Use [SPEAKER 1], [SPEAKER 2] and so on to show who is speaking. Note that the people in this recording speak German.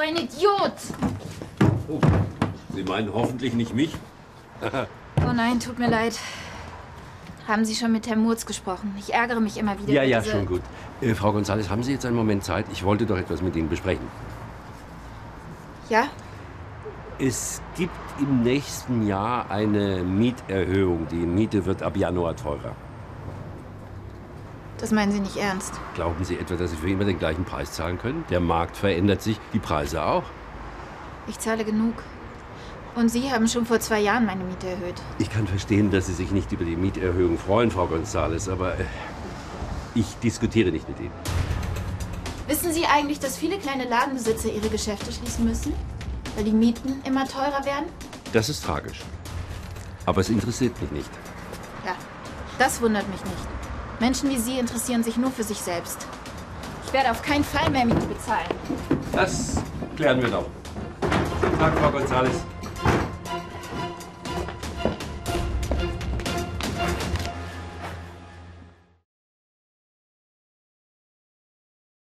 [SPEAKER 1] ein Idiot.
[SPEAKER 2] Oh, Sie meinen hoffentlich nicht mich?
[SPEAKER 1] Oh nein, tut mir leid. Haben Sie schon mit Herrn Murz gesprochen? Ich ärgere mich immer wieder.
[SPEAKER 2] Ja,
[SPEAKER 1] über
[SPEAKER 2] ja,
[SPEAKER 1] diese-
[SPEAKER 2] schon gut. Äh, Frau Gonzales, haben Sie jetzt einen Moment Zeit? Ich wollte doch etwas mit Ihnen besprechen.
[SPEAKER 1] Ja?
[SPEAKER 2] Es gibt im nächsten Jahr eine Mieterhöhung. Die Miete wird ab Januar teurer.
[SPEAKER 1] Das meinen Sie nicht ernst.
[SPEAKER 2] Glauben Sie etwa, dass Sie für immer den gleichen Preis zahlen können? Der Markt verändert sich, die Preise auch.
[SPEAKER 1] Ich zahle genug. Und Sie haben schon vor zwei Jahren meine Miete erhöht.
[SPEAKER 2] Ich kann verstehen, dass Sie sich nicht über die Mieterhöhung freuen, Frau Gonzales, aber äh, ich diskutiere nicht mit Ihnen.
[SPEAKER 1] Wissen Sie eigentlich, dass viele kleine Ladenbesitzer ihre Geschäfte schließen müssen? Weil die Mieten immer teurer werden?
[SPEAKER 2] Das ist tragisch. Aber es interessiert mich nicht.
[SPEAKER 1] Ja, das wundert mich nicht. Menschen wie Sie interessieren sich nur für sich selbst. Ich werde auf keinen Fall mehr Miete bezahlen.
[SPEAKER 2] Das klären wir noch. Guten Tag, Frau Gonzales.